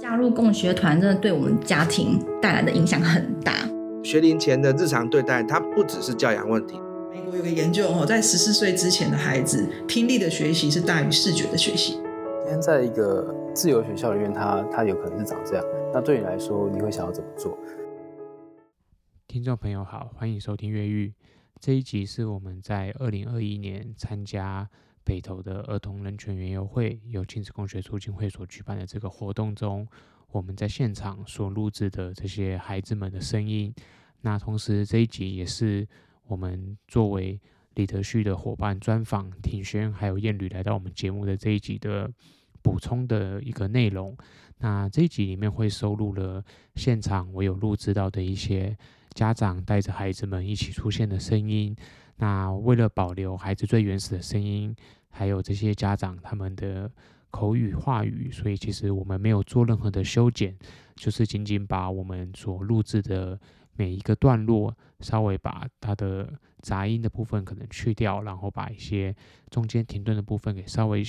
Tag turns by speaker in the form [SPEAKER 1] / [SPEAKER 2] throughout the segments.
[SPEAKER 1] 加入共学团真的对我们家庭带来的影响很大。
[SPEAKER 2] 学龄前的日常对待，它不只是教养问题。
[SPEAKER 3] 美国有个研究哦，在十四岁之前的孩子，听力的学习是大于视觉的学习。
[SPEAKER 4] 今天在一个自由学校里面，它它有可能是长这样。那对你来说，你会想要怎么做？
[SPEAKER 5] 听众朋友好，欢迎收听《越狱》这一集是我们在二零二一年参加北投的儿童人权园游会，由亲子共学促进会所举办的这个活动中，我们在现场所录制的这些孩子们的声音。那同时这一集也是我们作为李德旭的伙伴专访庭轩还有燕吕来到我们节目的这一集的补充的一个内容。那这一集里面会收录了现场我有录制到的一些家长带着孩子们一起出现的声音。那为了保留孩子最原始的声音，还有这些家长他们的口语话语，所以其实我们没有做任何的修剪，就是仅仅把我们所录制的每一个段落稍微把它的杂音的部分可能去掉，然后把一些中间停顿的部分给稍微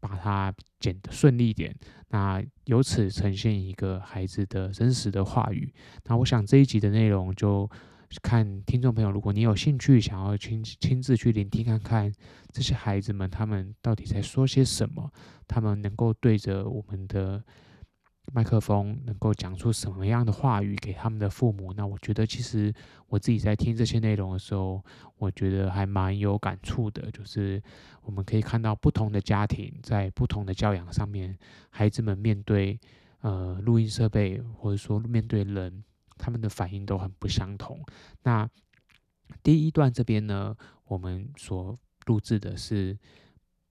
[SPEAKER 5] 把它剪得顺利一点。那由此呈现一个孩子的真实的话语。那我想这一集的内容就看听众朋友，如果你有兴趣想要亲亲自去聆听看看这些孩子们他们到底在说些什么，他们能够对着我们的麦克风能够讲出什么样的话语给他们的父母。那我觉得其实我自己在听这些内容的时候，我觉得还蛮有感触的，就是我们可以看到不同的家庭在不同的教养上面。孩子们面对呃录音设备或者说面对人，他们的反应都很不相同。那第一段这边呢，我们所录制的是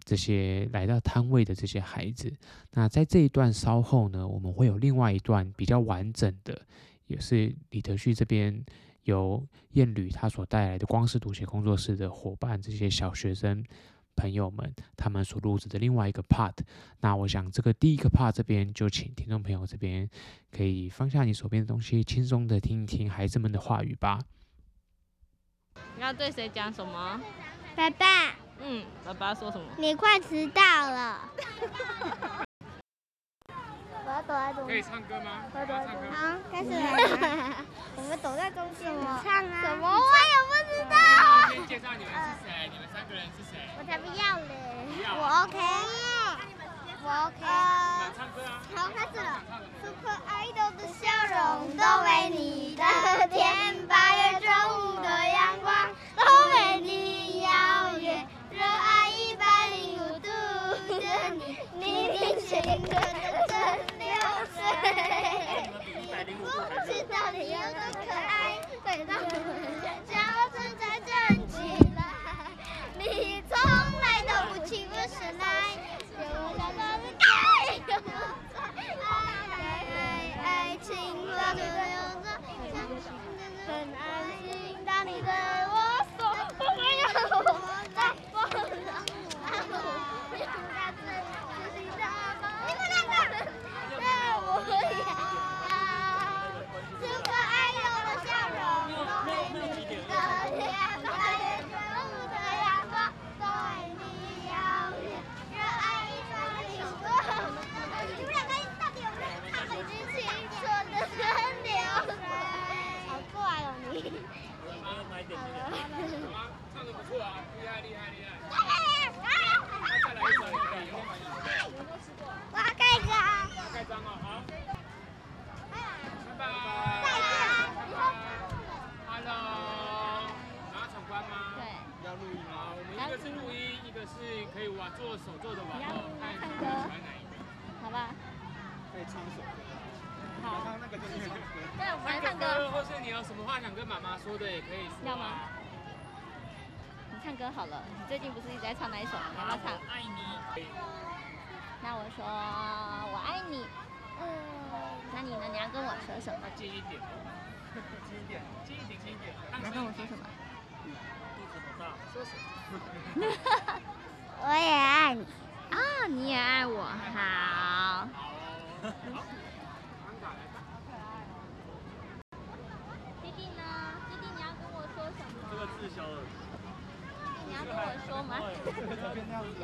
[SPEAKER 5] 这些来到摊位的这些孩子。那在这一段稍后呢，我们会有另外一段比较完整的，也是李德旭这边由燕旅他所带来的光是读写工作室的伙伴这些小学生朋友们他们所录制的另外一个 part。那我想这个第一个 part 这边就请听众朋友这边可以放下你手边的东西，轻松的听一听孩子们的话语吧。
[SPEAKER 6] 你要对谁讲什么？
[SPEAKER 7] 爸爸，
[SPEAKER 6] 嗯，爸爸说什么？
[SPEAKER 7] 你快迟到了。我要躲在中间。
[SPEAKER 8] 唱歌吗？
[SPEAKER 7] 我要躲在中间。好，开始。 我们躲在中间。唱啊。什么？
[SPEAKER 8] 你
[SPEAKER 7] 我也不知道。
[SPEAKER 8] 那先介绍你们是谁，你们三个人是谁？
[SPEAKER 7] 我才不要嘞！
[SPEAKER 8] 要啊
[SPEAKER 7] 我 OK。我 OK。
[SPEAKER 8] 想唱歌啊！
[SPEAKER 7] 好，开始了。Super Idol 的笑容，都为你的天；八月中午的阳光，都为你耀眼。热爱一百零五度的你，你听情歌的蒸馏水。不知道你有多可爱，对让我们骄傲再站起来。你从来都不轻我神来，有我的都是该有我在。爱爱爱情花朵流转，很安心。当你对我说，我没有我在我好怪哦你！
[SPEAKER 8] 唱的不错啊，厉害厉害厉害！
[SPEAKER 7] 我
[SPEAKER 8] 再来一首也可以，
[SPEAKER 7] 要盖一个啊！
[SPEAKER 8] 盖章哦，好，拜
[SPEAKER 7] 再见。
[SPEAKER 8] 拜。Hello，然后闯关吗？对。要录音吗？我们一个是录音，一个是可以玩做手做的玩偶，看你喜欢哪一个。
[SPEAKER 6] 好吧，
[SPEAKER 8] 可以唱一首歌，
[SPEAKER 6] 好，
[SPEAKER 8] 唱那个就是唱歌。
[SPEAKER 6] 对，我们来
[SPEAKER 8] 唱
[SPEAKER 6] 唱
[SPEAKER 8] 歌，
[SPEAKER 6] 歌，
[SPEAKER 8] 或是你有什么话想跟妈妈说的，也可以说。
[SPEAKER 6] 要吗？你唱歌好了。你最近不是一直在唱那一首吗？你要不要唱？
[SPEAKER 8] 爱你。
[SPEAKER 6] 那我说我爱你。嗯，那你呢？你要跟我说什么？
[SPEAKER 8] 要近一点，近一点，近一点，近一点。
[SPEAKER 6] 你要跟我说什么？
[SPEAKER 8] 肚子 好大，说什么？
[SPEAKER 7] 我也爱你，
[SPEAKER 6] 啊，你也爱我，好。弟弟呢？弟弟，你要跟我说什么？
[SPEAKER 8] 这个滞销了，
[SPEAKER 6] 你要跟我说吗？小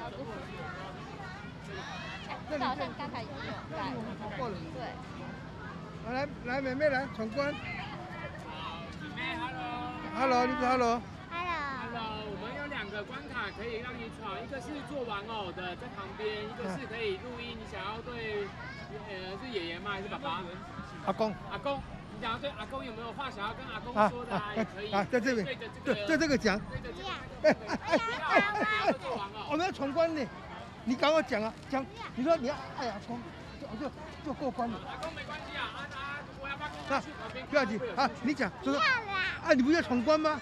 [SPEAKER 6] 姑，这个好像刚才已经有带。对，
[SPEAKER 9] 来来，妹妹来闯关。
[SPEAKER 8] 好，姐妹，hello。
[SPEAKER 9] Hello，你是 Hello。
[SPEAKER 10] Hello，
[SPEAKER 8] Hello，我们有两个关卡可以让你闯，一个是做玩偶的在旁边，一个是可以录音，你想要对，呃，是爷爷吗？还是爸爸？
[SPEAKER 9] 阿公。
[SPEAKER 8] 阿公，你想要对阿公有没有话想要跟阿公
[SPEAKER 9] 啊
[SPEAKER 8] 说的啊？
[SPEAKER 9] 啊
[SPEAKER 8] 也可以。
[SPEAKER 9] 啊，在这边
[SPEAKER 8] 对着，这
[SPEAKER 9] 对
[SPEAKER 8] 个，，
[SPEAKER 9] 在这个讲，
[SPEAKER 8] 对着这个。
[SPEAKER 10] 我想玩
[SPEAKER 8] 做玩偶
[SPEAKER 9] 我。们要闯关呢。你赶快讲啊，讲，你说你要爱阿公，就就就过关了，
[SPEAKER 8] 阿公没关系啊，阿达，我要不要跟他
[SPEAKER 9] 啊
[SPEAKER 8] 去旁边？
[SPEAKER 9] 不要紧啊。你讲，就
[SPEAKER 10] 要
[SPEAKER 9] 是
[SPEAKER 10] 啦，
[SPEAKER 9] 啊，你不要闯关吗？啊，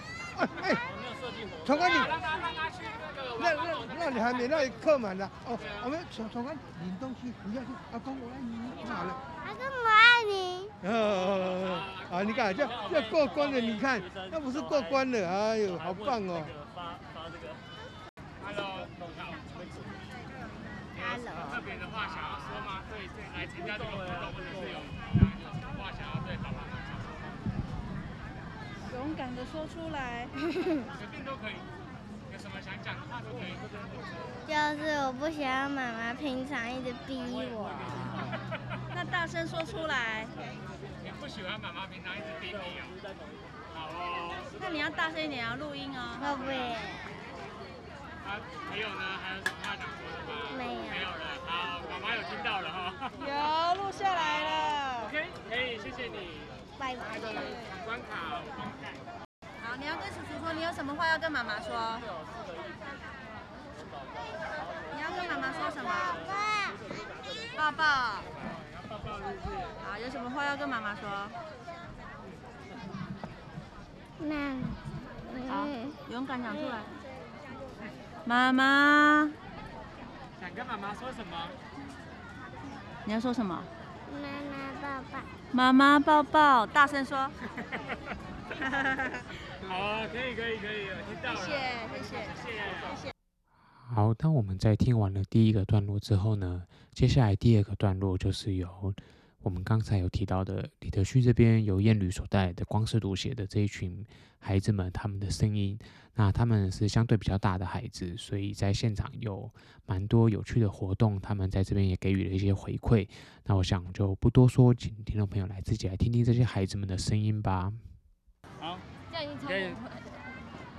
[SPEAKER 9] 哎，
[SPEAKER 8] 我没有设计活动。
[SPEAKER 9] 闯关你，
[SPEAKER 8] 啊让他让他去那个玩
[SPEAKER 9] 那
[SPEAKER 8] 玩偶
[SPEAKER 9] 那
[SPEAKER 8] 那边
[SPEAKER 9] 那你还没那里客满呢。哦
[SPEAKER 8] 对啊，
[SPEAKER 9] 我们闯闯关领东西，你要去，阿公我爱你，好了。
[SPEAKER 10] 阿公我爱你，
[SPEAKER 9] 呃，啊，你看这这过关了，你看那不是过关了，哎呦，好棒哦！
[SPEAKER 8] Hello，你好。Hello。特别的话想要说吗？对对，来参加这个活动，或者是有有什么话想要对爸爸妈妈说？
[SPEAKER 11] 勇敢的说出来。
[SPEAKER 8] 随便都可以，有什么想讲的话都可以。
[SPEAKER 10] 就是我不想要妈妈平常一直逼我，
[SPEAKER 11] 那大声说出来，
[SPEAKER 8] 你不喜欢妈妈平常一直逼你啊？好哦。
[SPEAKER 11] 那你要大声一点啊，录音哦。
[SPEAKER 10] 会不会？
[SPEAKER 8] 啊，还有呢？还有什么话想说的吗？
[SPEAKER 10] 没有
[SPEAKER 8] 没有了。好，妈妈有听到了哈。
[SPEAKER 11] 有录下来了。
[SPEAKER 8] OK，可以，谢谢你。
[SPEAKER 10] 拜拜。
[SPEAKER 8] 闯关卡，关卡。
[SPEAKER 11] 好，你要跟叔叔说，你有什么话要跟妈妈说？你要跟妈妈说什么？抱抱。好，有什么话要跟妈妈说？
[SPEAKER 10] 那，
[SPEAKER 11] 好
[SPEAKER 10] 嗯，，
[SPEAKER 11] 勇敢讲出来。妈妈，
[SPEAKER 8] 想跟妈妈说什么？
[SPEAKER 11] 你要说什么？
[SPEAKER 10] 妈妈抱抱。
[SPEAKER 11] 妈妈抱抱，大声说。
[SPEAKER 12] 啊
[SPEAKER 8] 好，可以可以可以，有听到了。
[SPEAKER 11] 谢谢，谢谢。
[SPEAKER 8] 谢谢。
[SPEAKER 5] 好，当我们在听完了第一个段落之后呢，接下来第二个段落就是由我们刚才有提到的李德旭这边由燕吕所带来的光是读写的这一群孩子们他们的声音。那他们是相对比较大的孩子，所以在现场有蛮多有趣的活动，他们在这边也给予了一些回馈。那我想就不多说，请听众朋友来自己来听听这些孩子们的声音吧。
[SPEAKER 13] 这已经超
[SPEAKER 12] 可以
[SPEAKER 13] 过了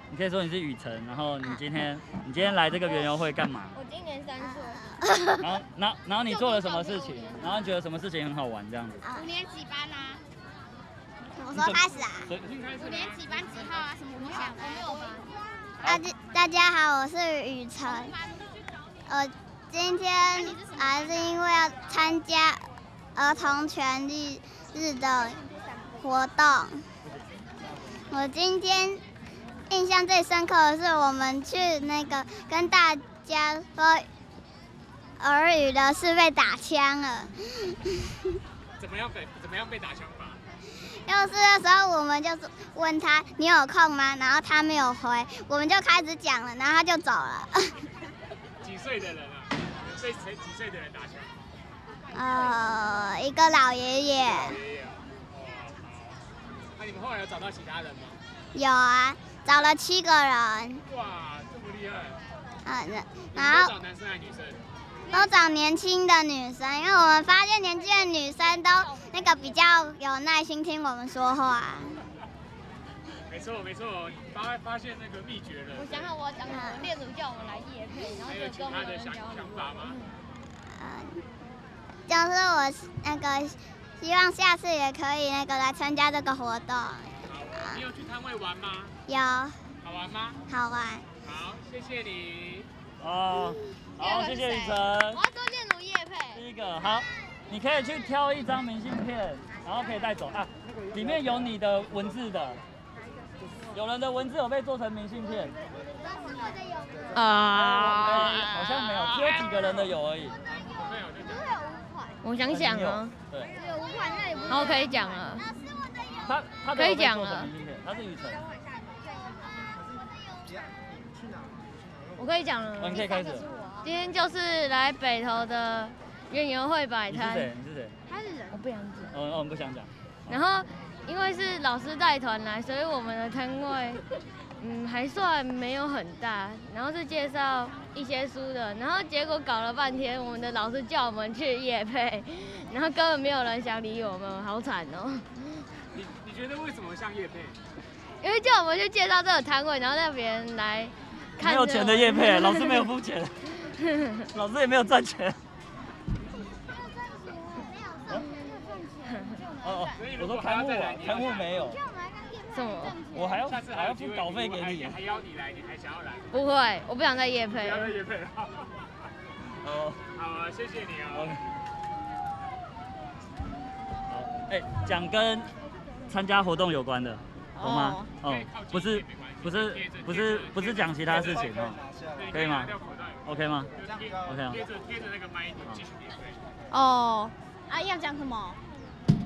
[SPEAKER 12] 你可以说你是雨辰，然后你今天你今天来这个园游会干嘛？
[SPEAKER 13] 我今年三岁，
[SPEAKER 12] 然后然后然后你做了什么事情？然后你觉得什么事情很好玩这样子？
[SPEAKER 10] 五年几班啊？我说开始啊！
[SPEAKER 12] 所以
[SPEAKER 10] 五年几班几号啊？什么？我想没有大家大家好，我是雨辰。我今天来是因为要参加儿童权利日的活动。我今天印象最深刻的是我们去那个跟大家说耳语的是被打枪了。
[SPEAKER 8] 怎么样被怎么样被打枪法？
[SPEAKER 10] 要是那时候我们就是问他你有空吗？然后他没有回，我们就开始讲了，然后他就走了。
[SPEAKER 8] 几岁的人啊？被谁几岁的人打枪？
[SPEAKER 10] 呃，一个老爷爷
[SPEAKER 8] 爷爷。哦，好。那、你们后来有找到其他人吗？
[SPEAKER 10] 有啊，找了七个人，
[SPEAKER 8] 哇，这么厉害！
[SPEAKER 10] 呃，
[SPEAKER 8] 你们
[SPEAKER 10] 然
[SPEAKER 8] 都
[SPEAKER 10] 后
[SPEAKER 8] 找男生还是女生？
[SPEAKER 10] 都找年轻的女生，因为我们发现年轻的女生都那个比较有耐心听我们说话。
[SPEAKER 8] 没错没错，你发发现那个秘诀了
[SPEAKER 13] 我。想想我讲什么，列主叫我们来夜配，然后
[SPEAKER 8] 还有
[SPEAKER 13] 就
[SPEAKER 8] 其
[SPEAKER 13] 跟
[SPEAKER 8] 他
[SPEAKER 13] 我
[SPEAKER 8] 的
[SPEAKER 13] 们
[SPEAKER 8] 想
[SPEAKER 13] 讲
[SPEAKER 8] 想法吗？
[SPEAKER 10] 呃，就是我那个希望下次也可以那个来参加这个活动，
[SPEAKER 8] 好，你有去摊位玩吗？
[SPEAKER 10] 有
[SPEAKER 8] 好玩吗？
[SPEAKER 10] 好玩。
[SPEAKER 8] 好，谢谢你。
[SPEAKER 12] 哦，好，谢谢雨辰
[SPEAKER 13] 我。要做练乳夜配，
[SPEAKER 12] 第一个好，你可以去挑一张明信片，然后可以带走啊，里面有你的文字的，有人的文字有被做成明信片。啊，好像没有，只有几个人的有而已。
[SPEAKER 13] 我想想啊，
[SPEAKER 12] 对，
[SPEAKER 13] 然后可以讲啊了，
[SPEAKER 12] 他他的有被做成明信片，他是雨辰。
[SPEAKER 13] 我可以讲啊
[SPEAKER 12] 哦，
[SPEAKER 13] 了
[SPEAKER 12] 你可。以开始。
[SPEAKER 13] 今天就是来北投的园游会摆
[SPEAKER 12] 你是
[SPEAKER 13] 摊，
[SPEAKER 12] 谁？你是谁？
[SPEAKER 13] 我不想讲。
[SPEAKER 12] 哦，哦我们不想讲。
[SPEAKER 13] 然后因为是老师带团来，所以我们的摊位嗯，还算没有很大，然后是介绍一些书的，然后结果搞了半天，我们的老师叫我们去夜配， 然后根本没有人想理我们，好惨哦。
[SPEAKER 8] 你你觉得为什么像叶佩？
[SPEAKER 13] 因为叫我们去介绍这个摊位，然后让别人来看。
[SPEAKER 12] 没有钱的叶配，老师没有付 钱，老师也没有赚钱。哦，我说开幕啊，开幕没有，
[SPEAKER 13] 什么？
[SPEAKER 12] 我还要
[SPEAKER 8] 下次
[SPEAKER 12] 还要付
[SPEAKER 8] 有机会
[SPEAKER 12] 稿费
[SPEAKER 8] 如果
[SPEAKER 12] 给
[SPEAKER 8] 还
[SPEAKER 12] 你。
[SPEAKER 8] 还邀你来，你还想要来？
[SPEAKER 13] 不会，我不想再夜
[SPEAKER 8] 不
[SPEAKER 13] 配
[SPEAKER 8] 要。再叶佩了。
[SPEAKER 12] 哦，
[SPEAKER 8] 好啊，谢谢你哦。
[SPEAKER 12] 好，哎，讲跟参加活动有关的，懂吗？哦，不是不是不是不是讲其他事情哦，可以吗？OK 吗？OK 啊
[SPEAKER 8] 贴着贴着那个麦一点，继续叶佩。
[SPEAKER 14] 哦，啊，要讲什么？
[SPEAKER 12] 啊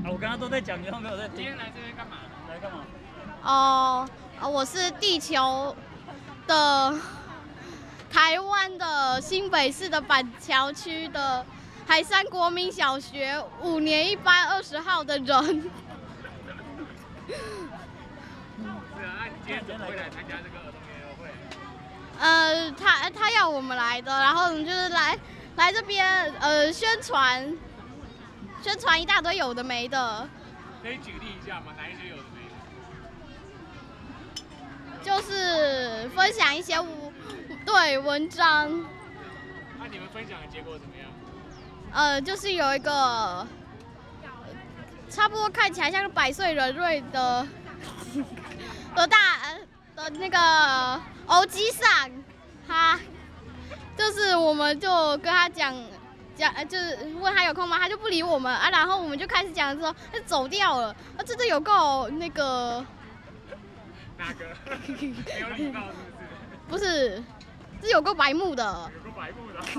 [SPEAKER 12] 我刚刚都在讲，你都没有在听。
[SPEAKER 8] 今天来这边干嘛？
[SPEAKER 12] 来干嘛？
[SPEAKER 14] 哦，呃我是地球的台湾的新北市的板桥区的海山国民小学五年一班二十号的人。
[SPEAKER 8] 是啊，那你今天怎么会来参加这个儿童联谊会？
[SPEAKER 14] 呃，他他要我们来的，然后我们就是来来这边呃宣传，宣传一大堆有的没的，
[SPEAKER 8] 可以举例一下吗？哪一些有的没的？
[SPEAKER 14] 就是分享一些我对文章，
[SPEAKER 8] 那你们分享的结果怎么样？
[SPEAKER 14] 呃，就是有一个呃差不多看起来像是百岁人瑞的的大呃的那个欧吉桑，他就是我们就跟他讲讲，呃就是问他有空吗，他就不理我们啊，然后我们就开始讲说他走掉了，啊，真的有够那个
[SPEAKER 8] 哪个？没有礼貌是不是？
[SPEAKER 14] 不是，是有够白目的，
[SPEAKER 8] 有个白目的。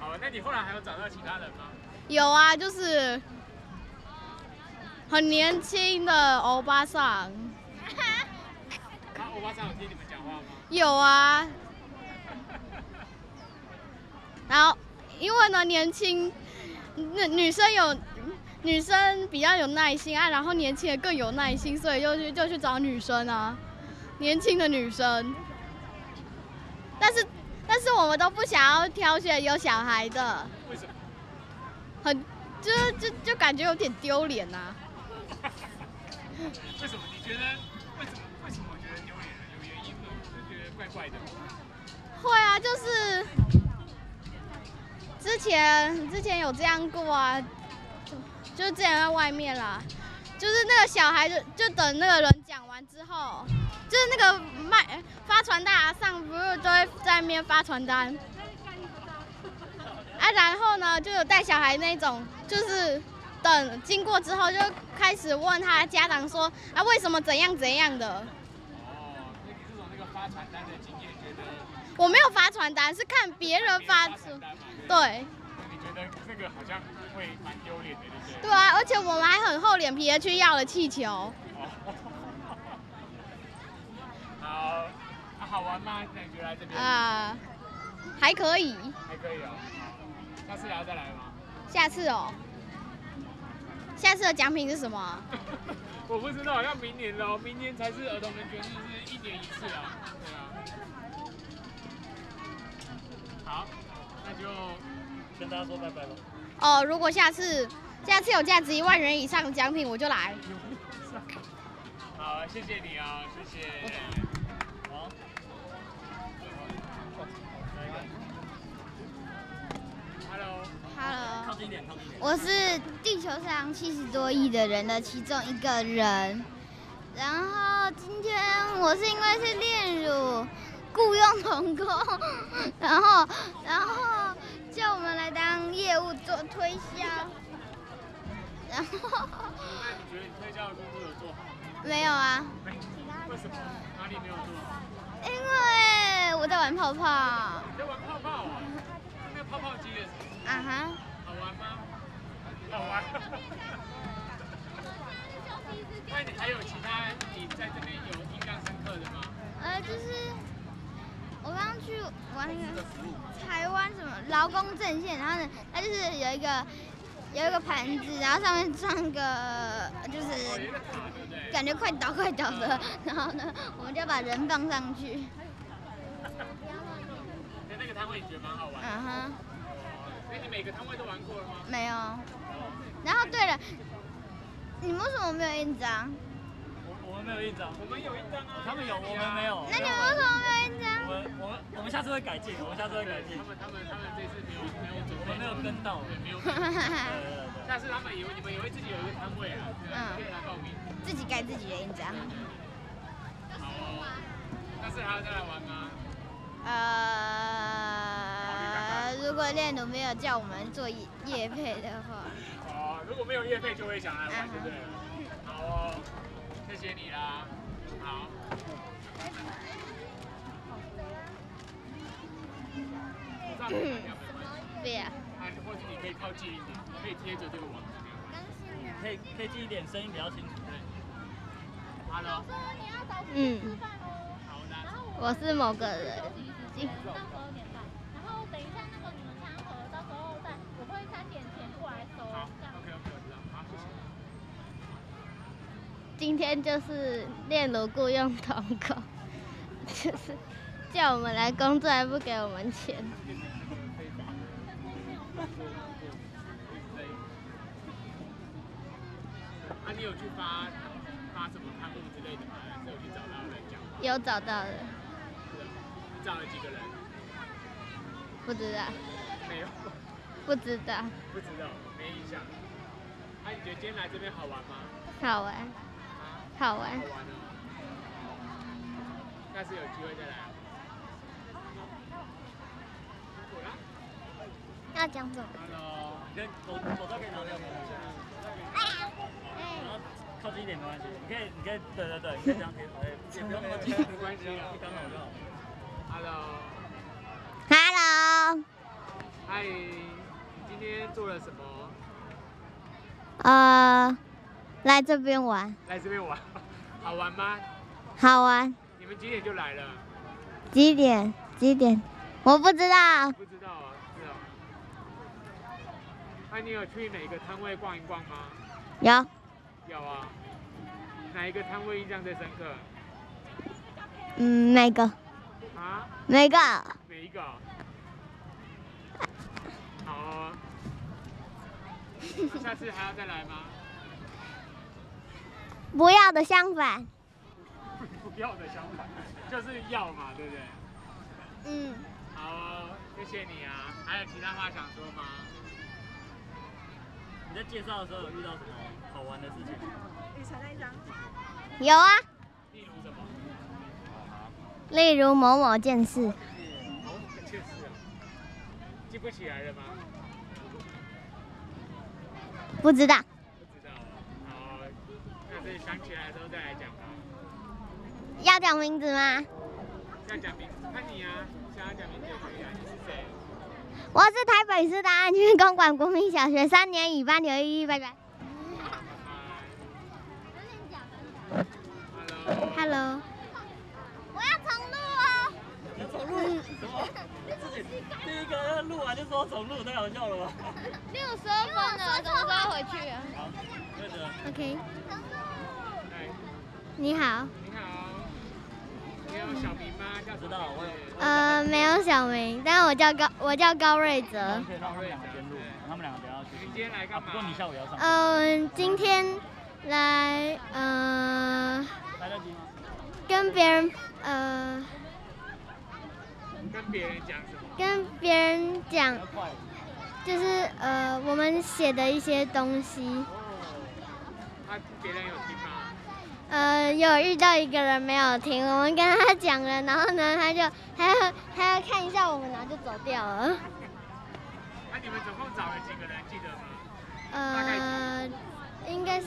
[SPEAKER 8] 好，那你后来还有找到其他人吗？
[SPEAKER 14] 有啊，就是很年轻的欧巴桑，
[SPEAKER 8] 那欧巴桑有听你们讲话吗？
[SPEAKER 14] 有啊。然后，因为呢，年轻，那女生有女生比较有耐心啊，然后年轻人更有耐心，所以就去就去找女生啊，年轻的女生。但是，但是我们都不想要挑选有小孩的，
[SPEAKER 8] 为什么？
[SPEAKER 14] 很就是就就感觉有点丢脸啊呐、
[SPEAKER 8] 为什么？你觉得为什么？为什么我觉得丢脸呢？有原因吗？我就觉得怪怪的。
[SPEAKER 14] 会啊，就是之前之前有这样过啊，就就是之前在外面啦，就是那个小孩就就等那个人讲完之后，就是那个卖发传单啊上不是都会在那边发传单，啊，然后呢就有带小孩那种，就是等经过之后就开始问他家长说啊为什么怎样怎样的。
[SPEAKER 8] 哦，那你是从那个发传单的经验觉得，
[SPEAKER 14] 我没有发传单，是看别人发出。对，
[SPEAKER 8] 你觉得这个好像会蛮丢脸的，对不对？
[SPEAKER 14] 对啊，而且我们还很厚脸皮的去要了气球，
[SPEAKER 8] 好，啊好玩吗？那你觉得来这边？
[SPEAKER 14] 啊、还可以。
[SPEAKER 8] 还可以哦。好下次还要再来吗？
[SPEAKER 14] 下次哦，下次的奖品是什 么？
[SPEAKER 8] 我不知道，要明年喽，明年才是儿童人权日，是一年一次啊。对啊。好，那就
[SPEAKER 12] 跟大家说拜拜了。
[SPEAKER 14] 哦，如果下次下次有价值一万元以上的奖品，我就来。
[SPEAKER 8] 好，谢谢你啊、哦，谢谢。
[SPEAKER 12] 好。
[SPEAKER 8] Hello。
[SPEAKER 7] Hello
[SPEAKER 12] 靠近一点，靠近一点。
[SPEAKER 7] 我是地球上七十多亿的人的其中一个人。然后今天我是因为是炼乳雇佣童工，然后然后叫我们来当业务做推销，然后
[SPEAKER 8] 那你觉得你推销的工作有做好吗？
[SPEAKER 7] 没有啊，
[SPEAKER 8] 为什么？哪里没有做好？
[SPEAKER 7] 因为我在玩泡泡啊
[SPEAKER 8] 你在玩泡泡啊？那个泡泡机的时候
[SPEAKER 15] 啊
[SPEAKER 7] 哈，
[SPEAKER 8] 好玩吗？好玩。那你还有其他你在这边有印象深刻的吗？
[SPEAKER 7] 呃就是我刚刚去玩那个台湾什么劳工阵线，然后呢，它就是有一个
[SPEAKER 15] 有一个盘子，然后上面装个
[SPEAKER 8] 哦
[SPEAKER 15] 就是感觉快倒快倒
[SPEAKER 8] 嗯
[SPEAKER 15] 的，然后呢，我们就把人放上去。
[SPEAKER 8] 那那个摊位你觉得蛮好玩的？
[SPEAKER 15] 嗯哼，
[SPEAKER 8] 那你每个摊位都玩过了吗？
[SPEAKER 15] 没有。然后对了，你们为什么没有印章？
[SPEAKER 12] 我们没有印章，我们有印章啊，他们有，我们没有。
[SPEAKER 15] 那你们为什么没有印
[SPEAKER 12] 我
[SPEAKER 15] 章？
[SPEAKER 12] 们我们我们下次会改进，我们下次会改进。他们他们他们这次没有没有准备，我们没有跟到，对，没有。
[SPEAKER 8] 下次他们以为你们也会自己有一个摊位啊，对啊，
[SPEAKER 15] 嗯
[SPEAKER 8] 可以来报名。
[SPEAKER 15] 自己盖自己的印章。
[SPEAKER 8] 好哦，下次还要再来玩吗？
[SPEAKER 15] 呃，如果恋奴没有叫我们做夜夜配的话，
[SPEAKER 8] 哦，如果没有业费就会想来玩，就对了。好哦，谢谢你啦。好。我
[SPEAKER 15] 啊
[SPEAKER 8] 上面要不要买
[SPEAKER 15] 对呀、
[SPEAKER 8] 啊，或者你可以靠近一点，可以贴着这个网。
[SPEAKER 12] 可以可以近一点，声音比较清楚。啊
[SPEAKER 8] Hello。
[SPEAKER 16] 嗯，
[SPEAKER 15] 我是某个人。
[SPEAKER 6] 然后等一下那个你们餐盒，到时候再我会三点前过来收。哦
[SPEAKER 8] 好，OK OK，我知道。好，谢谢。
[SPEAKER 16] 今天就是炼炉雇佣童工，就是叫我们来工作还不给我们钱。
[SPEAKER 8] 啊，你有去发发什么刊物之类的吗？还是有去找到人讲？
[SPEAKER 16] 有找到了，
[SPEAKER 8] 你找了几个人？
[SPEAKER 16] 不知道，
[SPEAKER 8] 没有，
[SPEAKER 16] 不知道，
[SPEAKER 8] 不知道，没印象。啊，你觉得今天来这边好玩吗？啊
[SPEAKER 16] 好玩，好
[SPEAKER 8] 好，
[SPEAKER 16] 玩
[SPEAKER 8] 玩哦。下次有机会再来啊。果然
[SPEAKER 15] 要讲什么？
[SPEAKER 12] Hello，你可以口口罩可以拿掉吗？啊
[SPEAKER 15] 哎
[SPEAKER 12] 然后靠近一点没关系，你可以你可以对对对，你可以这样贴，也不用那么近，没关系，
[SPEAKER 8] 啊
[SPEAKER 12] 啊刚好就好。
[SPEAKER 8] Hello，
[SPEAKER 15] Hello，
[SPEAKER 8] 嗨，你今天做了什么？
[SPEAKER 15] 呃，来这边玩，
[SPEAKER 8] 来这边玩， 好玩吗？
[SPEAKER 15] 好玩。
[SPEAKER 8] 你们几点就来了？
[SPEAKER 15] 几点？几点？我不知道。
[SPEAKER 8] 不知道啊，是啊。那、你有去哪个摊位逛一逛吗？
[SPEAKER 15] 有
[SPEAKER 8] 有啊。哪一个摊位印象最深刻？
[SPEAKER 15] 嗯，那个？
[SPEAKER 8] 啊？
[SPEAKER 15] 那个？
[SPEAKER 8] 哪一个啊？好 啊。那下次还要再来吗？
[SPEAKER 15] 不要的相反。
[SPEAKER 8] 不要的想法，就是要嘛，对不对？
[SPEAKER 15] 嗯，
[SPEAKER 8] 好哦，谢谢你啊。还有其他话想说吗？
[SPEAKER 12] 你在介绍的时候有遇到什么好玩的事情？
[SPEAKER 17] 雨辰那一张。
[SPEAKER 15] 有啊，
[SPEAKER 8] 例如什么？
[SPEAKER 15] 例如某某件事，
[SPEAKER 8] 哦，确实啊，记不起来了吗？
[SPEAKER 15] 不知道。
[SPEAKER 8] 不知道啊。好，下次想起来的时候再来讲吧。
[SPEAKER 15] 要讲名字吗？
[SPEAKER 8] 要讲名字，看你啊，想要讲名字就可以啊。你是谁？
[SPEAKER 15] 我是台北市大安区公馆国民小学三年乙班刘依依，拜拜。Hello。我要重录哦。
[SPEAKER 12] 你走路什么？自己第一个录完就说走路，太好笑了吧？
[SPEAKER 16] 六十二分了，什么时候回去啊？
[SPEAKER 12] 好，对的。
[SPEAKER 15] OK，
[SPEAKER 8] 哎，
[SPEAKER 15] 你好。
[SPEAKER 8] 你好。你有小名吗？叫什么？知道，我
[SPEAKER 15] 呃，没有小明，但我叫高，我叫高瑞泽。
[SPEAKER 12] 可以让他们两个先录，他们两个等一下去。你今天来干嘛？不过你下午也要上
[SPEAKER 8] 呃
[SPEAKER 12] 班。
[SPEAKER 15] 嗯、今天来，呃，
[SPEAKER 12] 来得及吗？
[SPEAKER 15] 跟别人，呃，
[SPEAKER 8] 跟别人讲什么？
[SPEAKER 15] 跟别人讲，就是呃，我们写的一些东西。
[SPEAKER 8] 啊，别人有听吗？
[SPEAKER 15] 呃，有遇到一个人没有听，我们跟他讲了，然后呢，他就还要还要看一下我们，然后就走掉了。
[SPEAKER 8] 那、你们总共找了几个人？记得吗？
[SPEAKER 15] 呃，应该是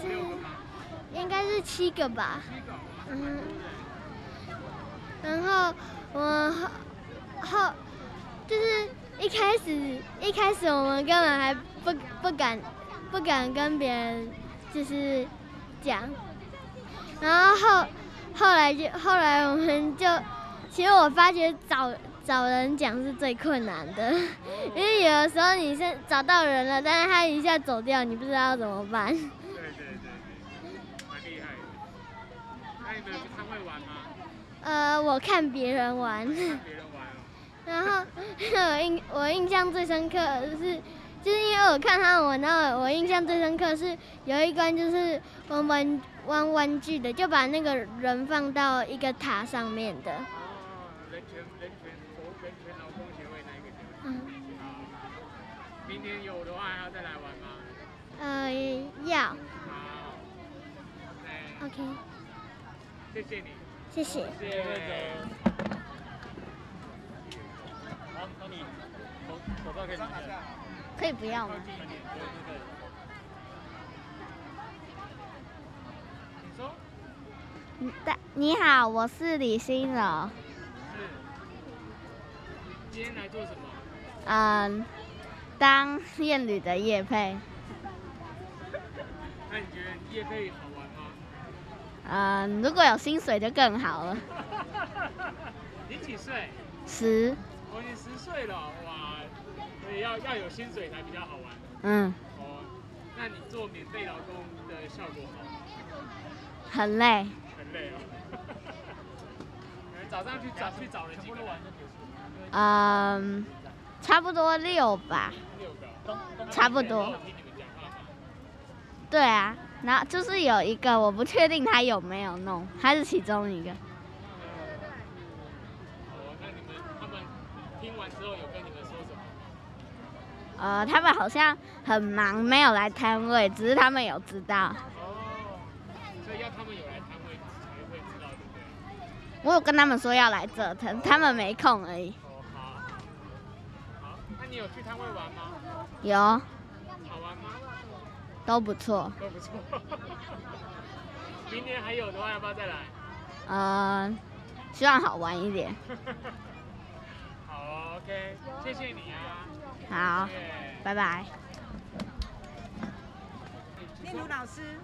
[SPEAKER 15] 应该是七个吧。嗯。然后我后后就是一开始一开始我们根本还不不敢不敢跟别人就是讲，然后后后来就后来我们就，其实我发觉找
[SPEAKER 7] 找人讲是最困难的，因为有的时候你是找到人了，但是他一下走掉，你不知道要怎么办。
[SPEAKER 8] 对对对对，蛮厉害的。那你们常会玩吗？
[SPEAKER 7] 呃，我看别人玩，
[SPEAKER 8] 别人玩哦。
[SPEAKER 7] 然后我 印我印象最深刻的是，就是因为我看他们玩，然后我印象最深刻是有一关就是玩玩玩玩具的，就把那个人放到一个塔上面的。
[SPEAKER 8] 啊人权人权国人权劳工协会那一个协会。
[SPEAKER 7] 嗯
[SPEAKER 8] 好明年有的话还要再来玩吗？
[SPEAKER 7] 呃，要
[SPEAKER 8] 好，哎，
[SPEAKER 7] OK，
[SPEAKER 8] 谢谢你，
[SPEAKER 7] 谢谢。
[SPEAKER 8] 谢谢。好，那你口口罩可以拿下来。
[SPEAKER 13] 可以不要吗？
[SPEAKER 8] 你说
[SPEAKER 16] 大嗯你好，我是李欣柔。
[SPEAKER 8] 今天来做什么？
[SPEAKER 16] 嗯，当艳女的叶配，
[SPEAKER 8] 那你觉得夜配好玩吗？
[SPEAKER 16] 嗯，如果有薪水就更好了。
[SPEAKER 8] 你几岁？
[SPEAKER 16] 十，
[SPEAKER 8] 我已经十岁了，哇，所以要要有薪水才比较好玩。
[SPEAKER 16] 嗯，
[SPEAKER 8] 哦，那你做免费劳工的效果好？
[SPEAKER 16] 很累。
[SPEAKER 8] 很累哦。早上去找去找人，全部都玩就结束。
[SPEAKER 16] 嗯，差不多六吧。
[SPEAKER 8] 六个。
[SPEAKER 16] 差不多。对啊，然后就是有一个我不确定他有没有弄，他是其中一个。
[SPEAKER 8] 哦，那你们他们听完之后有跟你们说什么？
[SPEAKER 16] 呃，他们好像很忙，没有来摊位，只是他们有知道。
[SPEAKER 8] 哦，所以要他们有来摊位才会知道，对不对？
[SPEAKER 16] 我有跟他们说要来这，他他们没空而已。
[SPEAKER 8] 哦，好。好，那你有去摊位玩吗？
[SPEAKER 16] 有，
[SPEAKER 8] 好玩吗？
[SPEAKER 16] 都不错。
[SPEAKER 8] 都不错。 明年还有的话，要不要再来？
[SPEAKER 16] 呃，希望好玩一点。
[SPEAKER 8] 好，OK，谢谢你啊。
[SPEAKER 16] 好，拜拜。
[SPEAKER 18] 念如老师，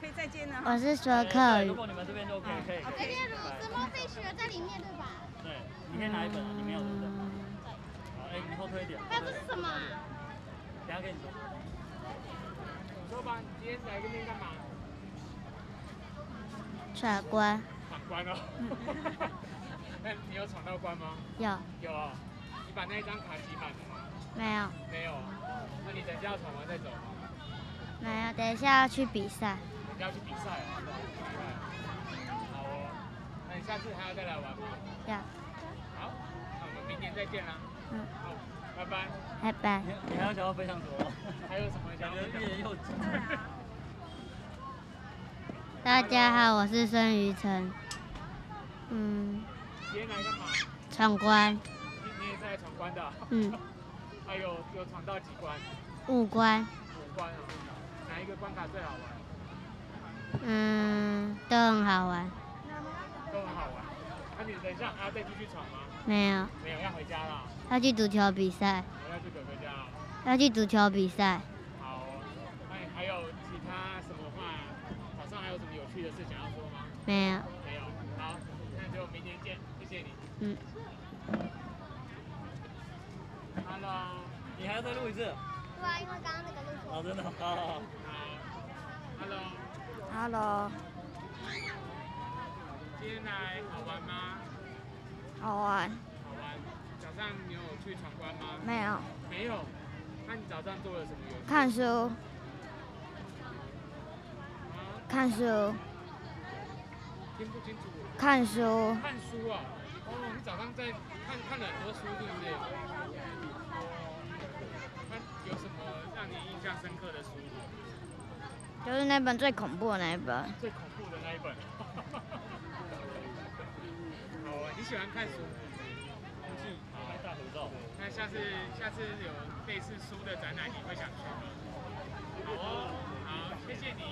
[SPEAKER 18] 可以再见了。
[SPEAKER 16] 我是说客语
[SPEAKER 12] 如果你们这边都 OK，可以。
[SPEAKER 18] OK
[SPEAKER 12] 可以
[SPEAKER 7] 哎
[SPEAKER 18] 是
[SPEAKER 7] Mofish 在里面对吧？
[SPEAKER 12] 对，你可以拿一本啊，你没有对不对？好，哎，你后退一点。
[SPEAKER 7] 那这是什么啊？
[SPEAKER 12] 等一下跟你说。
[SPEAKER 8] 说吧，你今天来这边干嘛？
[SPEAKER 16] 闯关，
[SPEAKER 8] 闯关哦。
[SPEAKER 7] 嗯
[SPEAKER 8] 那你有闯到关吗？
[SPEAKER 16] 有
[SPEAKER 8] 有啊、你把那一张卡集满了吗？
[SPEAKER 16] 没有？
[SPEAKER 8] 没有。那你等一下要闯完再走吗？
[SPEAKER 16] 没有，等一下要去比赛。
[SPEAKER 8] 等一下要去比赛啊，好去比赛啊。好哦，那你下次还要再来玩吗？
[SPEAKER 16] 要，
[SPEAKER 8] 好，那我们明年再见啦。
[SPEAKER 16] 嗯，
[SPEAKER 8] 好，拜拜。
[SPEAKER 16] 拜拜。
[SPEAKER 12] 你还要想要分享什么？
[SPEAKER 8] 还有什么想要分享？
[SPEAKER 12] 又
[SPEAKER 16] 大家好，我是孙于晨。嗯，
[SPEAKER 8] 今天来干嘛？
[SPEAKER 16] 闯关
[SPEAKER 8] 你你也是来闯关的、啊
[SPEAKER 16] 嗯。
[SPEAKER 8] 还有有闯到几关？
[SPEAKER 16] 五关，
[SPEAKER 8] 五关哦。哪一个关卡最好玩？
[SPEAKER 16] 嗯，都很好玩。
[SPEAKER 8] 都很好玩。那、你等一下还要再继续闯吗？
[SPEAKER 16] 没有，
[SPEAKER 8] 没有，要回家了。
[SPEAKER 16] 要去足球比赛，
[SPEAKER 8] 我要去哥哥家了。
[SPEAKER 16] 要去足球比赛。
[SPEAKER 8] 好，那你哎还有其他什么话？早上还有什么有趣的事想要说吗？
[SPEAKER 16] 没有，
[SPEAKER 8] 没有。好，那就明天见，谢谢你。
[SPEAKER 16] 嗯。
[SPEAKER 8] Hello。
[SPEAKER 12] 你还要再录一次？
[SPEAKER 7] 对啊，因为刚刚那个
[SPEAKER 12] 哦，真的，好好好。
[SPEAKER 8] Hello。
[SPEAKER 18] Hello，
[SPEAKER 8] 今天来好玩吗？
[SPEAKER 18] 好
[SPEAKER 8] 好
[SPEAKER 18] 玩，
[SPEAKER 8] 玩。早上你有去闯关吗？
[SPEAKER 18] 没有。
[SPEAKER 8] 没有。那你早上做了什么游戏？
[SPEAKER 18] 看书，看书，
[SPEAKER 8] 啊听不清楚。
[SPEAKER 18] 看书
[SPEAKER 8] 看书啊。哦，你早上在看看了很多书，对不对？哦。那有什么让你印象深刻的 书？
[SPEAKER 16] 就是那本最恐怖的那一本。
[SPEAKER 8] 最恐怖的那一本。好啊，你喜欢看书？好，大合照。那下次下次有类似书的展览，你会想去吗？好哦，好，谢谢你，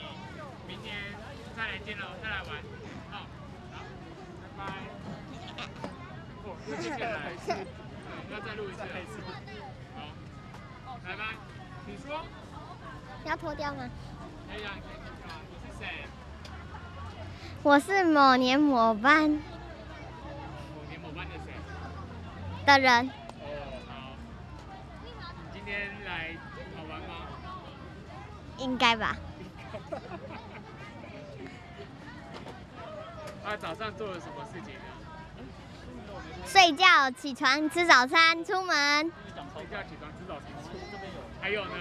[SPEAKER 8] 明年再来见喽，再来玩。好，好，拜拜。哦，又接下来，对 要再录一次哦。好，来吧，你说。
[SPEAKER 7] 要脱掉吗？
[SPEAKER 8] 哎呀，你是谁？
[SPEAKER 7] 我是某年某班
[SPEAKER 8] 某年某班的谁？
[SPEAKER 18] 的人，
[SPEAKER 8] 哦，好。你今天来好玩吗？
[SPEAKER 18] 应该吧？
[SPEAKER 8] 啊，早上做了什么事情啊呢？
[SPEAKER 18] 睡觉、起床、吃早餐、出门，
[SPEAKER 8] 睡觉、起床、吃早餐。这边有。还有呢？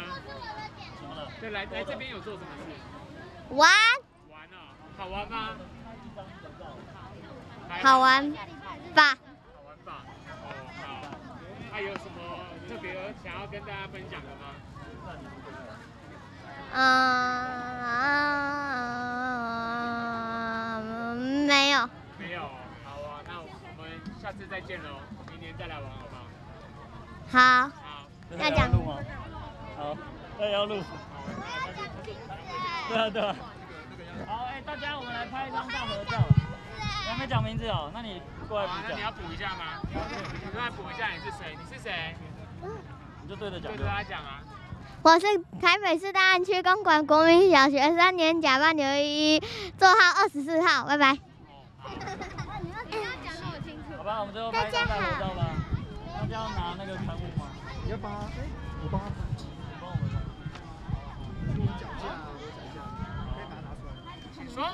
[SPEAKER 8] 怎么了？对，来来这边有做什么事？
[SPEAKER 18] 玩，
[SPEAKER 8] 玩啊，好玩吗？还
[SPEAKER 18] 好玩吧？
[SPEAKER 8] 好玩吧？哦，好。还有什么特别想要跟大家分享的吗？
[SPEAKER 18] 嗯，没有，
[SPEAKER 8] 没有，好啊，那我们下次再见喽，明年再来玩好不好？
[SPEAKER 18] 好，
[SPEAKER 12] 那讲录吗？好，那要录。对啊对啊。 好，哎，大家我们来拍一张大合照。你还没讲名字哦，那你过来
[SPEAKER 8] 好啊，
[SPEAKER 12] 补
[SPEAKER 8] 那
[SPEAKER 12] 讲
[SPEAKER 8] 你，要补一下吗？你过来补一下你是谁？你是谁？
[SPEAKER 12] 你就对着讲
[SPEAKER 8] 对。着他讲啊。
[SPEAKER 18] 我是台北市大安区公馆国民小学三年甲班刘依依，座号二十四号，拜拜。
[SPEAKER 7] 你要讲的我清楚。
[SPEAKER 12] 好吧，我们最后拍一张大合照吧。大家要拿那个刊物吗？你要帮，我帮。帮我们吧。
[SPEAKER 8] 请说。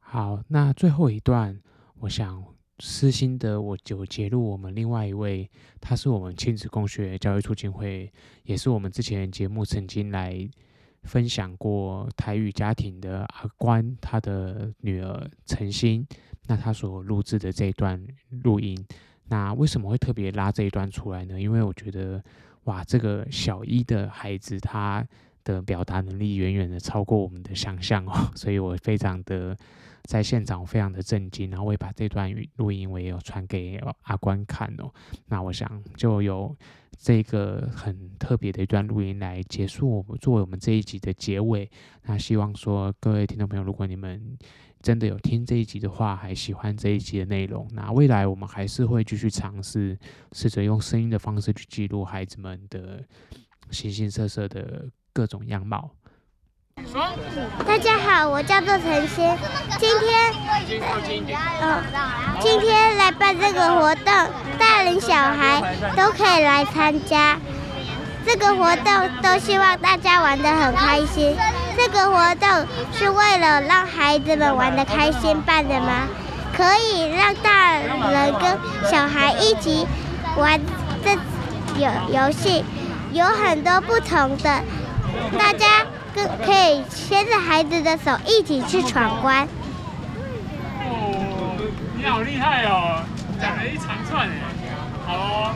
[SPEAKER 5] 好，那最后一段，我想私心的我就截录我们另外一位，他是我们亲子共学教育促进会，也是我们之前节目曾经来分享过台语家庭的阿关，他的女儿陈欣，那他所录制的这一段录音，那为什么会特别拉这一段出来呢？因为我觉得，哇，这个小一的孩子他。的表达能力远远的超过我们的想象哦，所以我非常的在现场，我非常的震惊。然后我也把这段语录音我也有传给阿关看哦。那我想就由这个很特别的一段录音来结束我们作为我们这一集的结尾。那希望说各位听众朋友，如果你们真的有听这一集的话，还喜欢这一集的内容，那未来我们还是会继续尝试，试着用声音的方式去记录孩子们的形形色色的各种样貌。
[SPEAKER 19] 大家好，我叫做陈欣，今天，嗯，今天来办这个活动，大人小孩都可以来参加。这个活动都希望大家玩得很开心。这个活动是为了让孩子们玩得开心办的吗？可以让大人跟小孩一起玩这游游戏，有很多不同的，大家跟可以牵着孩子的手一起去闯关。
[SPEAKER 8] 哦，你好厉害哦，讲了一长串哎。好哦，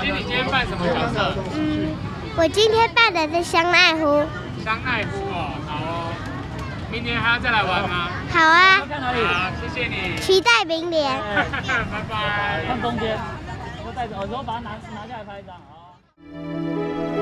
[SPEAKER 8] 姐姐你今天扮什么角色？
[SPEAKER 19] 嗯，我今天办的是香奈湖，
[SPEAKER 8] 香奈乎哦，好哦。明年还要再来玩吗？
[SPEAKER 19] 好啊，
[SPEAKER 8] 好，谢谢你。
[SPEAKER 19] 期待明年。
[SPEAKER 8] 拜拜。
[SPEAKER 12] 看中间，我带着，我之后把它拿拿下来拍一张啊。好